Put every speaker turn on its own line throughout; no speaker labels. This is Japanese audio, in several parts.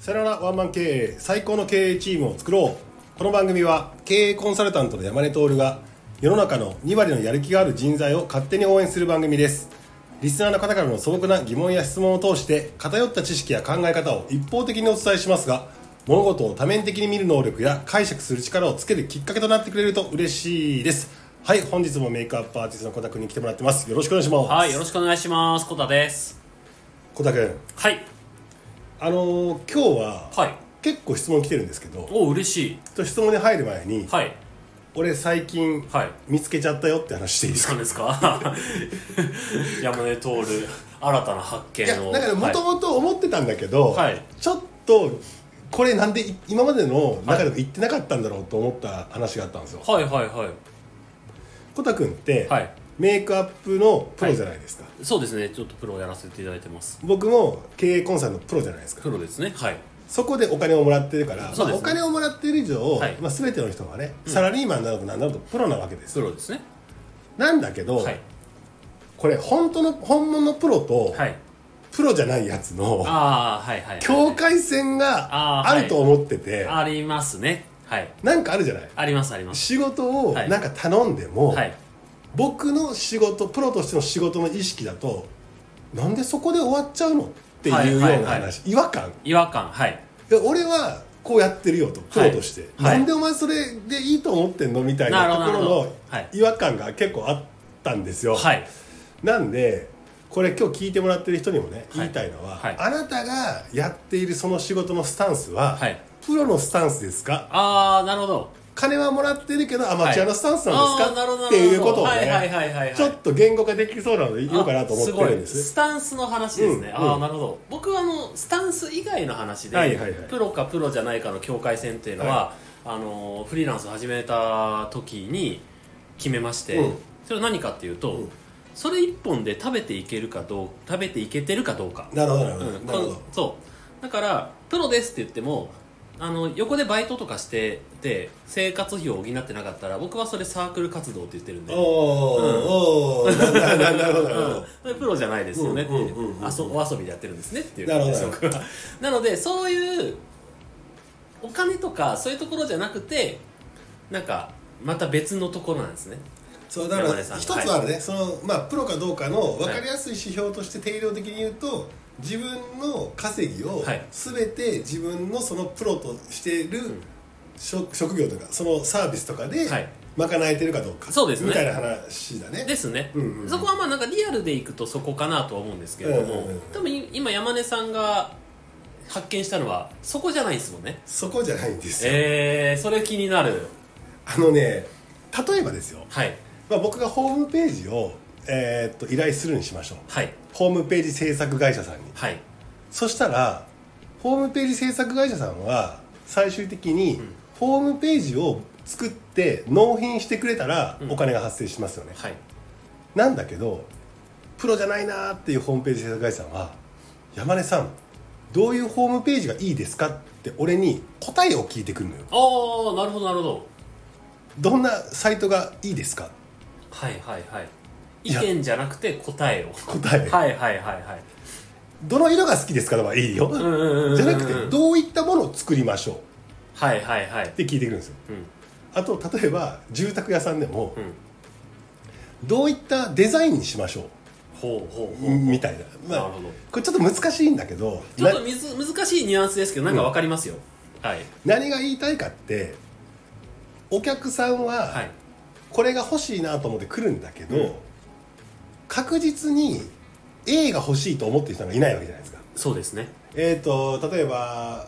さよならワンマン経営最高の経営チームを作ろうこの番組は経営コンサルタントの山根徹が世の中の2割のやる気がある人材を勝手に応援する番組ですリスナーの方からの素朴な疑問や質問を通して偏った知識や考え方を一方的にお伝えしますが物事を多面的に見る能力や解釈する力をつけるきっかけとなってくれると嬉しいですはい本日もメイクアップアーティストの小田君に来てもらってますよろしくお願いします
はい、よろしくお願いします。コタです。
小田君
はい。
あのー今日は
はい。
結構質問来てるんですけど
お、嬉し
ち
い。
ょっと質問に入る前に
はい。
俺最近
はい。
見つけちゃったよって話していいですか
何ですか 山根徹、新たな発見
いや
を。
だからもともと思ってたんだけど、
はい
ちょっとこれなんでい今までの中でも言ってなかったんだろうと思った話があったんですよ
はい、はい、はい、は
コタ君って、
い。はい。
メイクアップのプロじゃないですか、
そうですね、ちょっとプロをやらせていただいてます。
僕も経営コンサルのプロじゃないですか
プロですね。はい。
そこでお金をもらってるから、ま
そう
あ
です
お
ね
金をもらってる以上、
はい
まあ、全ての人がねサラリーマンなのかなんだろうとプロなわけです
プ
よ、
ロですね。
なんだけど、
はい。
これ本当の本物のプロと、
はい。
プロじゃないやつの
ああ、はい、はい。
境界線が
あー
あ
はい
ると思ってて、
ありますね。はい。
なんかあるじゃない
あります、あります。
仕事を
はい
なんか頼んでも、
はい。
僕の仕事プロとしての仕事の意識だとなんでそこで終わっちゃうのっていうような話、
はいはいはい
違和感
違和感、はい。
で俺はこうやってるよとプロとして、
はいはい
なんでお前それでいいと思ってんのみたいな
な
と
るほ
こ
ど
ろ
なる
の
ほどはい
違和感が結構あったんですよ、
はい。
なんでこれ今日聞いてもらってる人にもね、
はい
言いたいのは、
はい
あなたがやっているその仕事のスタンスは、
はい
プロのスタンスですか
ああ、なるほど。
金はもらってるけどアマチュアのスタンスなんですか、
ああ、なるほど。
っていうことをね、
はい、はい、はい、はいはい。
ちょっと言語化できそうなのでいい
あ
うかなと思ってるんです
ごいス
す
タンスの話ですね、
うん
あ
う
あ
ん
なるほど僕はあのスタンス以外の話で、
はいはいはい
プロかプロじゃないかの境界線っていうのは、あのフリーランスを始めた時に決めまして、
うん
それは何かっていうと、
うん
それ一本で食べていけるかどう食べていけてるかどうか、
なるほどなる
う
ほど、
ん、
なるほど
こうそうだからプロですって言ってもあの横でバイトとかしてて生活費を補ってなかったら僕はそれサークル活動って言ってるんで
おーおーなななるほどなるほ
うん
ど、
それプロじゃないですよねって
うんうんうんうん
あそお遊びでやってるんですねっていう
なるほど
僕はなのでそういうお金とかそういうところじゃなくてなんかまた別のところなんですね
そうだか
山
ら
根
一
さん
つはあるね、そのまあプロかどうかの分かりやすい指標として定量的に言うと自分の稼ぎを
はい
全て自分のそのプロとしている職職業とかそのサービスとかで
はい
賄えてるかどうか
そうですね
みたいな話だね
ですね、
うんうんうん
そこはまあなんかリアルでいくとそこかなとは思うんですけれども、
うんうんうん
多分今山根さんが発見したのはそこじゃないですもんね
そこじゃないんですよ、
えー、それ気になる
あのね例えばですよ
はい
まあ、僕がホームページを、えーっと依頼するにしましょう
はい
ホームページ制作会社さんに
はい
そしたらホームページ制作会社さんは最終的に、ホームページを作って納品してくれたら
うん
お金が発生しますよね、
はい
なんだけどプロじゃないなーっていうホームページ制作会社さんは山根さんどういうホームページがいいですかって俺に答えを聞いてくるのよ
ああなるほどなるほど
どんなサイトがいいですか
はいはいはい
い
意
や
見じゃなくて答えを
答え、
はいはいはいはい
どの色が好きですかとかいいよ、
うんうんうんうん
じゃなくてどういったものを作りましょうっ
はいはいはい
て聞いてくるんですよ
うん
あと例えば住宅屋さんでも
うん
どういったデザインにしましょ
ほうほう
う
ほう
みたいな、まあ
なるほど
これちょっと難しいんだけど
ちょっと
な
みず難しいニュアンスですけどなんかわかりますよ、はい
何が言いたいかってお客さん
は
はいこれが欲しいなと思って来るんだけど、
うん
確実に A が欲しいと思ってる人がいないわけじゃないですか
そうですね
えっ、と例えば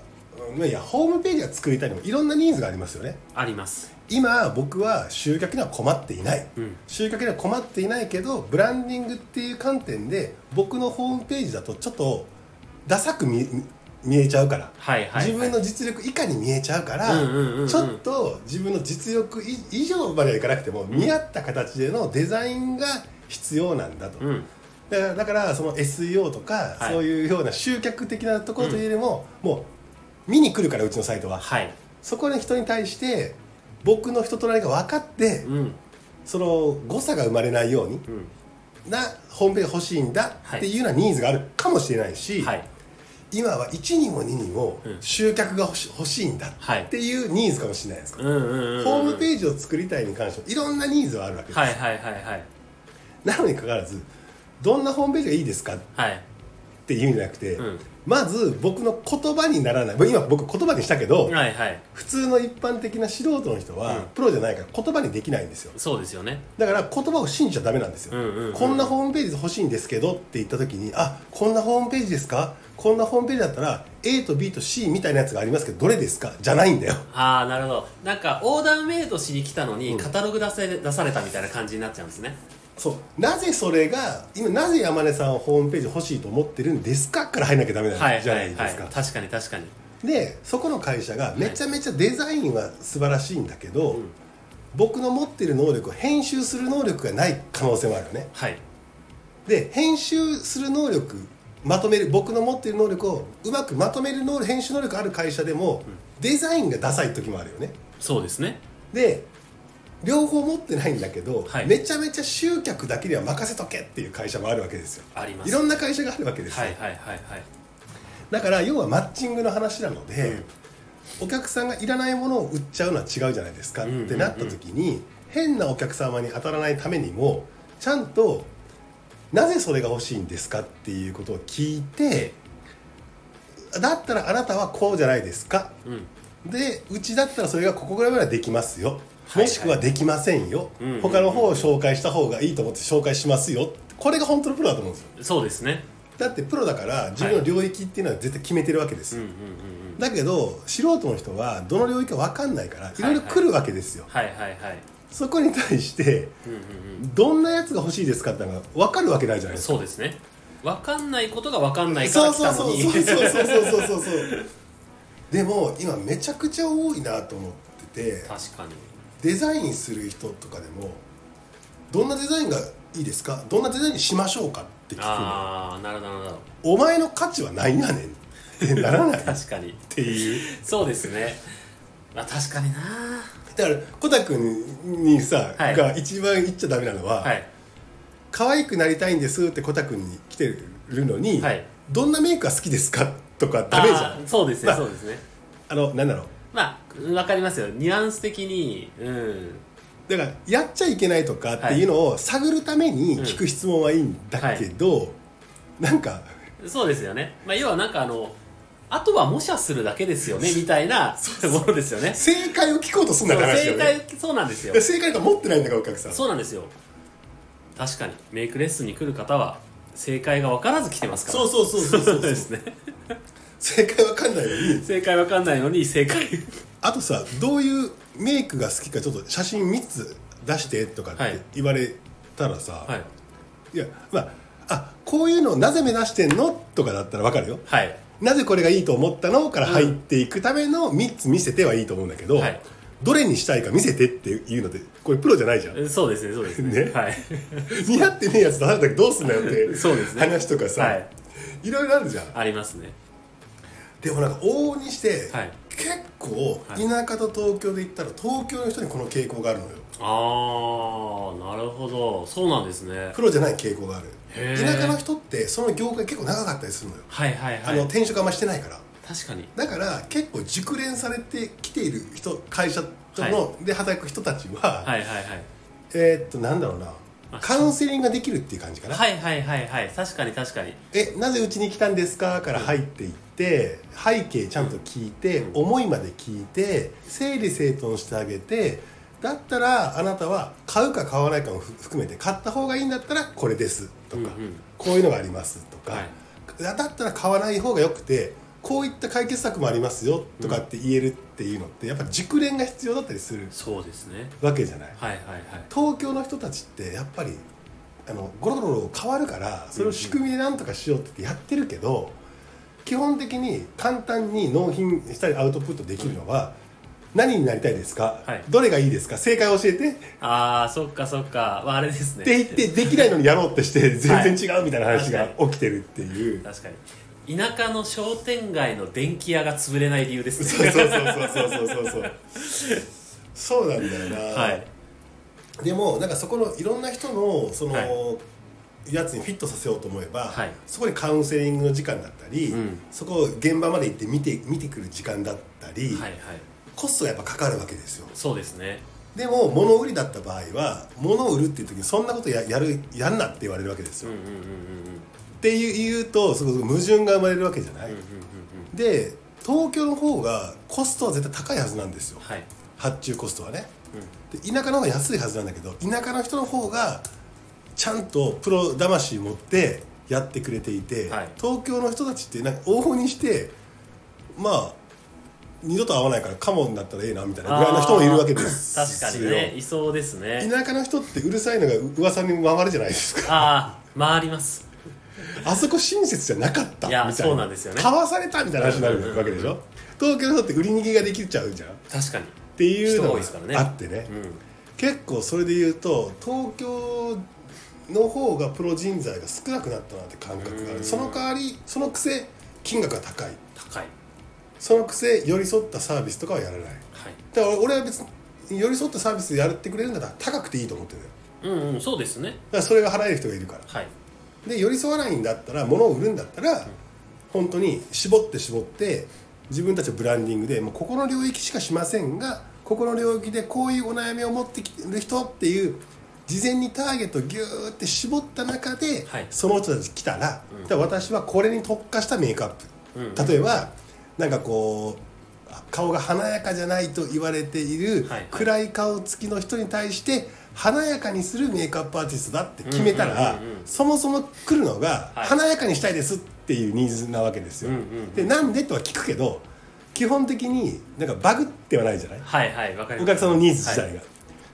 うんいやホームページが作りたいにもいろんなニーズがありますよね
あります
今僕は集客には困っていない、
うん
集客には困っていないけどブランディングっていう観点で僕のホームページだとちょっとダサく見見えちゃうから、
はいはい、はい、
自分の実力以下に見えちゃうから、
うんうんうんうん
ちょっと自分の実力以以上まではいかなくても見合った形でのデザインが必要なんだと、
うん
だからだからその SEO とか、
はい
そういうような集客的なところというよりも、もう見に来るからうちのサイトは
はい
そこの人に対して僕の人となりが分かって、
うん
その誤差が生まれないように
うん
なホームページ欲しいんだっていうようなニーズがあるかもしれないし、
はい
今は1人も2人も
うん
集客が欲し欲しいんだ
はい
っていうニーズかもしれないですから、
うんうんうん
ホーム
ー
ページを作りたいに関してはいろんなニーズはあるわけです、
はいはいはいはい
なのにかかわらずどんなホームページがいいですかっ
はい
ていうんじゃなくて、
うん
まず僕の言葉にならないもう今僕言葉にしたけど、
はいはい
普通の一般的な素人の人は、
うん
プロじゃないから言葉にできないんですよ
そうですよね
だから言葉を信じちゃダメなんですよ、
うんうんうん
こんなホームページ欲しいんですけどって言った時にあこんなホームページですかこんなホームページだったら A と B と C みたいなやつがありますけどどれですかじゃないんだよ
ああなるほどなんかオーダーメイドしに来たのに、
うん
カタログ出せ出されたみたいな感じになっちゃうんですね
そうなぜそれが今なぜ山根さんはホームページ欲しいと思ってるんですかから入んなきゃダメなん
はい
じゃ
は
ない
い
で
はい
すか、
確かに確かに
でそこの会社がめちゃめちゃデザインは素晴らしいんだけど、
うん
僕の持ってる能力を編集する能力がない可能性もあるよね
はい
で編集する能力まとめる僕の持っている能力をうまくまとめる能力編集能力ある会社でも、デザインがダサい時もあるよね
そうですね
で両方持ってないんだけど、
はい
めちゃめちゃ集客だけには任せとけっていう会社もあるわけですよ
あります
いろんな会社があるわけですよ、
はいはいはいはい
だから要はマッチングの話なので、お客さんがいらないものを売っちゃうのは違うじゃないですか、
うんうんうん
ってなった時に変なお客様に当たらないためにもちゃんとなぜそれが欲しいんですかっていうことを聞いてだったらあなたはこうじゃないですか
うん
でうちだったらそれがここぐらいまではできますよ
はいはい
もしくはできませんよ、
うんうんうん
他の方を紹介した方がいいと思って紹介しますよこれが本当のプロだと思うんですよ
そうですね
だってプロだから自分の領域っていうのは絶対決めてるわけですよ、
うんうんうんうん
だけど素人の人はどの領域か分かんないからいろいろ来るわけですよ、
はいはいはい
そこに対して
うんうんうん
どんなやつが欲しいですかってのが分かるわけないじゃないですか
そうですね分かんないことが分かんないか
そ
ら
う
来
そ
た
う
の
そう
に
そうそうそうそうそうそうでも今めちゃくちゃ多いなと思ってて
確かに
デザインする人とかでもどんなデザインがいいですかどんなデザインにしましょうかって聞くの
ああなるほどなるほど
お前の価値はないやねんってならないっ
確かに
ていう
そうですねまあ確かにな
だからコタくんにさ、
はい
が一番言っちゃダメなのは、
はい
可愛くなりたいんですってコタくんに来てるのに、
はい
どんなメイクが好きですかとかダメじゃ
あ
ん
ーそうですね
まあ
そうですね
あのなんだろう
まあ分かりますよニュアンス的にうん
だからやっちゃいけないとかっていうのを探るために聞く質問はいいんだけど、なんか
そうですよね、まあ、要はなんかあのあとは模写するだけですよねみたいなものですよね
正解を聞こうとすんな
そ
っ
う
て話だ
正
よね
解そうなんですよ
正解正解と持ってないんだからお客さん
そうなんですよ確かにメイクレッスンに来る方は正解が分からず来てますから
そうそうそうそうそう
そう ですね
正解わかんないのに
正解わかんないのに正解
あとさどういうメイクが好きかちょっと写真3つ出してとかっ
はい
て言われたらさ、
はい
いやまああこういうのをなぜ目指してんのとかだったらわかるよ
はい
なぜこれがいいと思ったのから入っていくための3つ見せてはいいと思うんだけど、
はい
どれにしたいか見せてっていうのってこれプロじゃないじゃ ん
そうですねそうですね
ね
はい
似合ってねえやつとあなたどうすんだよって
そうですね
話とかさ、
はい
い、ろいろあるじゃん
ありますね
でもなんか往々にして、
はい
結構
はい
田舎と東京で言ったら東京の人にこの傾向があるのよ
ああなるほどそうなんですね
プロじゃない傾向がある
へ
田
ー
舎の人ってその業界結構長かったりするのよ、
はいはいは
あの
い
転職あんましてないから
確かに
だから結構熟練されてきている人会社との、
は
で働く人たちは、
はいはいはい
えーっとなんだろうな
あ
カウンセリングができるっていう感じかな「
はいはいはいはい確かに確かに
えなぜうちに来たんですか?」から入っていって背景ちゃんと聞いて、
うん
思いまで聞いて整理整頓してあげてだったらあなたは買うか買わないかもふ含めて買った方がいいんだったらこれですとか、
うんうん
こういうのがありますとか、
はい
いやだったら買わない方がよくてこういった解決策もありますよとかって言えるっていうのってやっぱ熟練が必要だったりする
そうですね
わけじゃない
はいはいはい
東京の人たちってやっぱりあのゴロゴロ変わるからそれを仕組みでなんとかしようってやってるけど、基本的に簡単に納品したりアウトプットできるのは、何になりたいですか、
はい
どれがいいですか正解教えてっ
ああそっかそっか、まあ、あれですね
て言ってできないのにやろうってして全然違うみたいな話が起きてるっていう、
確かに田舎の商店街の電気屋が潰れない理由です
そ
ね
うそうそうそうそうそうそうそうそうなんだよな、
はい
でもなんかそこのいろんな人のその、
はい
やつにフィットさせようと思えば、
はい
そこにカウンセリングの時間だったり、
うん
そこを現場まで行って見て見てくる時間だったり、
はいはい
コストがやっぱかかるわけですよ
そうですね
でも物売りだった場合は物を売るっていう時にそんなことややるやんなって言われるわけです
う
よ、
んう
っ
んうんうんうん
ていう言うとすごく矛盾が生まれるわけじゃない、
うんうんうんうん
で東京の方がコストは絶対高いはずなんですよ
はい
発注コストはね
うん
で田舎の方が安いはずなんだけど田舎の人の方がちゃんとプロ魂持ってやってくれていて、
はい
東京の人たちってなんか往々にしてまあ二度と会わないからカモになったらええなみたいなぐらいの人もいるわけです
確かにねいそうですね
田舎の人ってうるさいのが噂に回るじゃないですか
ああ回ります
あそこ親切じゃなかった
い
み
や
たいな
そうなんですよね
買わされたみたいな話になるわけでしょ東京の人って売り逃げができちゃうじゃんっ
確かに
ていう
人
の
多い
が
ですからね
あってね
うん
結構それで言うと東京の方がプロ人材が少なくなったなって感覚があ
うん
るその代わりそのくせ金額が高い
高い
そのくせ寄り添ったサービスとかはやらない
はい
だから俺は別に寄り添ったサービスやってくれるんだったら高くていいと思ってるのよ
うんうんそうですね
だからそれが払える人がいるから
はい
で寄り添わないんだったら物を売るんだったら本当に絞って絞って自分たちのブランディングでもうここの領域しかしませんがここの領域でこういうお悩みを持ってきてる人っていう事前にターゲットをギューって絞った中で、
はい
その人たち来たら,、
うん
私はこれに特化したメイクアップ、
うん
例えばなんかこう顔が華やかじゃないと言われている
はい
暗い顔つきの人に対して華やかにするメイクアップアーティストだって決めたら、
うんうんうんうん
そもそも来るのが
はい
華やかにしたいですっていうニーズなわけですよ、
うんうんうん
でなんでとは聞くけど基本的になんかバグってはないじゃない
はいはいわかり
お
ます
客さんのニーズ自体が、
はい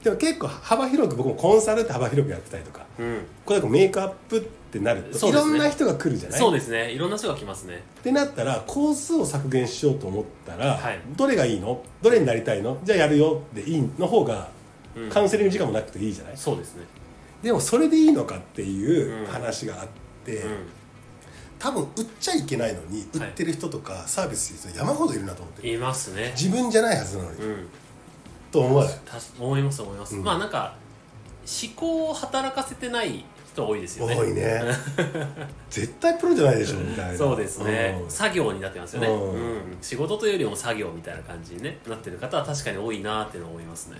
でも結構幅広く僕もコンサルって幅広くやってたりとか
うん
これなんかメイクアップってなると、
そう
い
です
ろ
ね
んな人が来るじゃない
そうですねいろんな人が来ますね
ってなったら工数を削減しようと思ったら、
はい
どれがいいのどれになりたいのじゃあやるよでいいの方が
うん
カウンセリング時間もなくていいじゃない、
そうですね
でもそれでいいのかってい
うん
う話があって、
う
多分売っちゃいけないのに売
はい
ってる人とかサービスする人山ほどいるなと思って
んいますね
自分じゃないはずなのに、
うん
と思わない
た思います思います、
うん
まあなんか思考を働かせてない人多いですよね
多いね 絶対プロじゃないでしょみたいな
そうですね、
うん
作業になってますよね、
う
うんん仕事というよりも作業みたいな感じに、ね、なってる方は確かに多いなっていうのは思いますね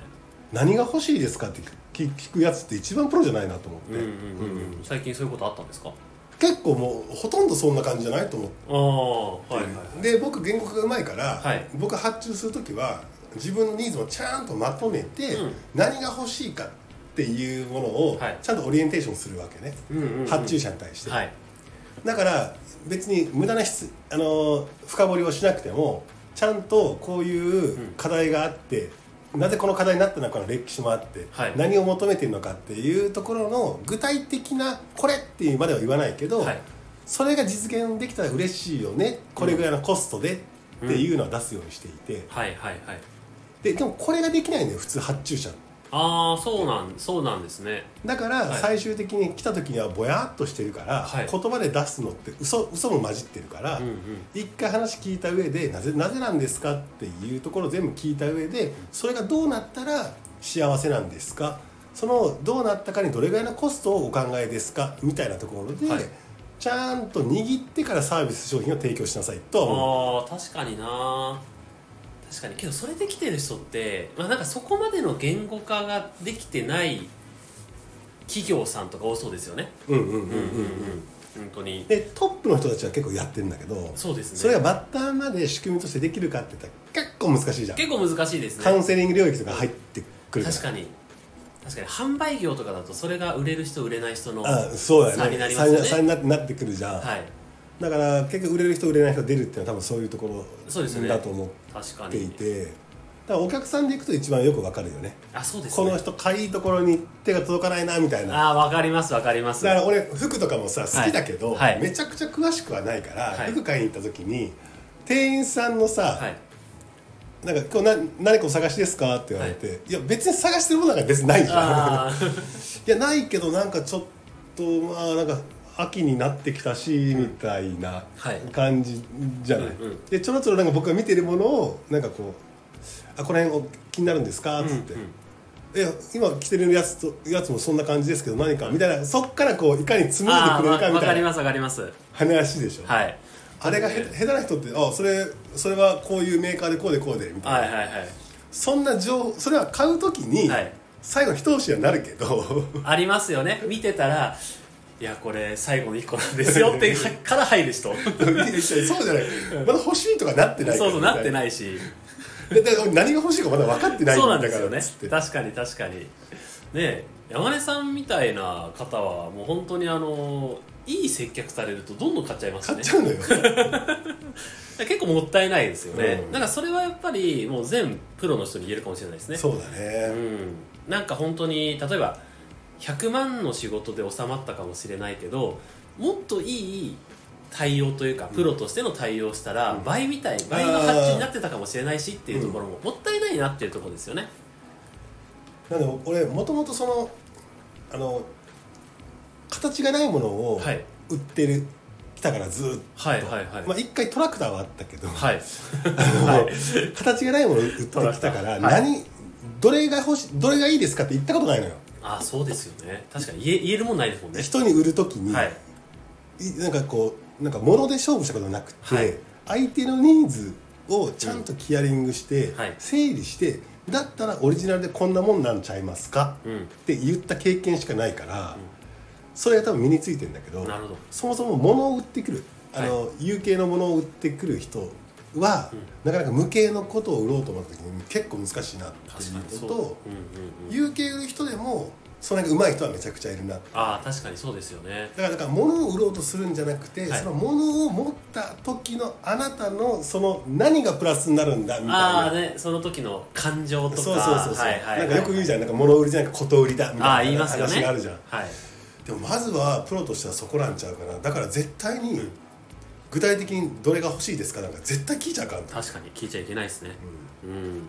何が欲しいですかって聞聞くやつって一番プロじゃないなと思って、
うんうんうんうん、最近そういうことあったんですか
結構もうほとんどそんな感じじゃないと思って
ああはいはいはい
で僕原告がうまいから、
はい
僕発注する時は自分のニーズもちゃんとまとめて、
うん
何が欲しいかっていうものを
はい
ちゃんとオリエンテーションするわけね、
うんうんうん
発注者に対して、
はい
だから別に無駄な質、あのー深掘りをしなくてもちゃんとこういう課題があって、なぜこの課題になったのかの歴史もあって、
はい
何を求めてるのかっていうところの具体的なこれっていうまでは言わないけど、
はい
それが実現できたら嬉しいよねこれぐらいのコストでっていうのは出すようにしていて、
はいはいはい
ででもこれができないのよ普通発注者
ああそうなんそうなんですね
だか
は
ら
い
最終的に来た時にはぼやっとしてるから、
はい
言葉で出すのって嘘嘘も混じってるから、
うんうん
一回話聞いた上でなぜなぜなんですかっていうところを全部聞いた上でそれがどうなったら幸せなんですかそのどうなったかにどれぐらいのコストをお考えですかみたいなところで、
はい
ちゃんと握ってからサービス商品を提供しなさいとは思う
ああ確かにな確かにけどそれできてる人って、まあ、なんかそこまでの言語化ができてない企業さんとか多そうですよね
うんうんうんうん
本当に
でトップの人たちは結構やってるんだけど
そうですね
それがバッターまで仕組みとしてできるかって言ったら結構難しいじゃん
結構難しいですね
カウンセリング領域とか入ってくる
確かに確かに販売業とかだとそれが売れる人売れない人の
あそうだ
差
よ
にな
ね
りますよね
差にななってくるじゃん、
はい
だから結局売れる人売れない人出るっていうのは多分そういうとこ
そうですよ
ろ
ね
だと思
確か
ってい
に
てだからお客さんで行くと一番よくわかるよね
あそうです
こ
ね
の人かいいところに手が届かないなみたいな
ああわかりますわかります
だから俺服とかもさ好きだけど、
はいはい
めちゃくちゃ詳しくはないから、
はい
服買いに行った時に店員さんのさ、
はい
なんか今日な何かお探しですか?」って言われて、い「や別に探してるものなんか別に ないじゃん」
あー
いやないけどなんかちょっとまあなんか秋になってきたしみたいな
はい
感じじゃない、
うんうん
でちょろちょろなんか僕が見てるものをなんかこう「あこの辺お気になるんですか?」っつって、
うんうん
いや今着てるやつとやつもそんな感じですけど何かみたいなそっからこういかに紡いで
あ
く
ー
れ
わ
るかみ
わか
た
り
いな
ますわかります
話でしょ、
はい
あれがへ下手な人ってあそれそれはこういうメーカーでこうでこうでみたいな、
はいはいはい
そんな情報それは買う時に
はい
最後の一押しにはなるけど
ありますよね見てたらいやこれ最後の1個なんですよってから入 る人
見てる人にそうじゃないまだ欲しいとかなってない
そうそうなって
い
ないし
だって俺何が欲しいかまだ分かってない
そうなん
だ
です
か
よ
ら
ね
つって
確かに確かにねえ山根さんみたいな方はもう本当にあのいい接客されるとどんどん買っちゃいます
買
ね
っちゃうのよ
結構もったいないですよね、
うん
なんかそれはやっぱりもう全プロの人に言えるかもしれないですね
そうだね
うん、なんか本当に例えば100万の仕事で収まったかもしれないけどもっといい対応というかプロとしての対応したら、
うん
倍みたい倍の発注になってたかもしれないしっていうところも、もったいないなっていうところですよね
なんで俺もともとそのあの形がないものを
はい
売ってるきたからずっ
はいはいはい、
とまあ一回トラクターはあったけど
はい
あの形がないものを売ってきたから
トラクターはい
何どれが欲しどれがいいですかって言ったことないのよ
あそうですよね確かに言え言えるもんないですもんね
人に売る時に
はい
いなんかこうなんか物で勝負したことなくて、
はい
相手のニーズをちゃんとヒアリングして、
うんはい
整理してだったらオリジナルでこんなもんなんちゃいますか、
うん
って言った経験しかないから、それが多分身についてんだけど
なるほど
そもそも物を売ってくるあの、有形の物を売ってくる人は、なかなか無形のことを売ろうと思った時に結構難しいなって
確かに
いう
そ
の
う、うんうん
と
うん、
有形売る人でもその辺が上手い人はめちゃくちゃいるなって
ああ確かにそうですよね
だからだから物を売ろうとするんじゃなくて、
はい
その物を持った時のあなたのその何がプラスになるんだみたい
あ
な
あ。ねその時の感情とか
そうそうそうそう、
はいはいはい
なんかよく言うじゃんなんか物売りじゃなくてこと売りだみ
ああ
た
言
い
い
な
ますよね
話があるじゃん、
はい
でもまずはプロとしてはそこなんちゃうかなだから絶対に具体的にどれが欲しいですかなんか絶対聞いちゃあかんと、
確かに聞いちゃいけないですね
う
うん、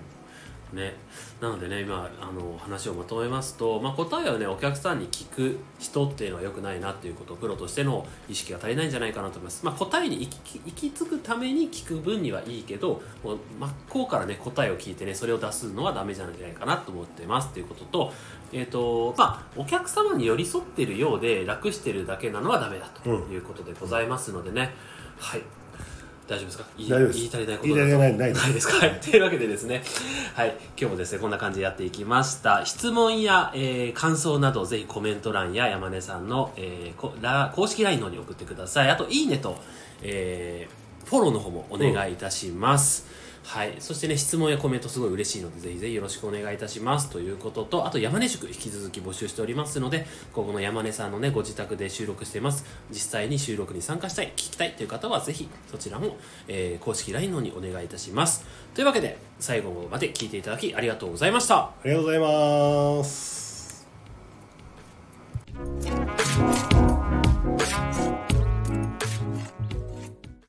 ねなのでね今あの話をまとめますと、まあ、答えはねお客さんに聞く人っていうのは良くないなっていうことプロとしての意識が足りないんじゃないかなと思います、まあ、答えに行き行き着くために聞く分にはいいけどもう真っ向からね答えを聞いてねそれを出すのはダメじゃないかなと思ってますということと,、えーとまあ、お客様に寄り添ってるようで楽してるだけなのはダメだということでございますのでね、はい大丈夫ですか言い
大丈夫です
言い足りないこ
言い
とだ
ら
と
れないない
ないですかはい。 というわけでですね、はい。今日もですね、こんな感じでやっていきました。質問や、えー感想など、ぜひコメント欄や山根さんの、えーこら公式 LINE の方に送ってください。あと、いいねと、えーフォローの方もお願いいたします。はい。そしてね、質問やコメントすごい嬉しいので、ぜひぜひよろしくお願いいたします。ということと、あと山根宿引き続き募集しておりますので、今後の山根さんのね、ご自宅で収録してます。実際に収録に参加したい、聞きたいという方は、ぜひそちらも、えー公式 LINE の方にお願いいたします。というわけで、最後まで聞いていただきありがとうございました。
ありがとうございます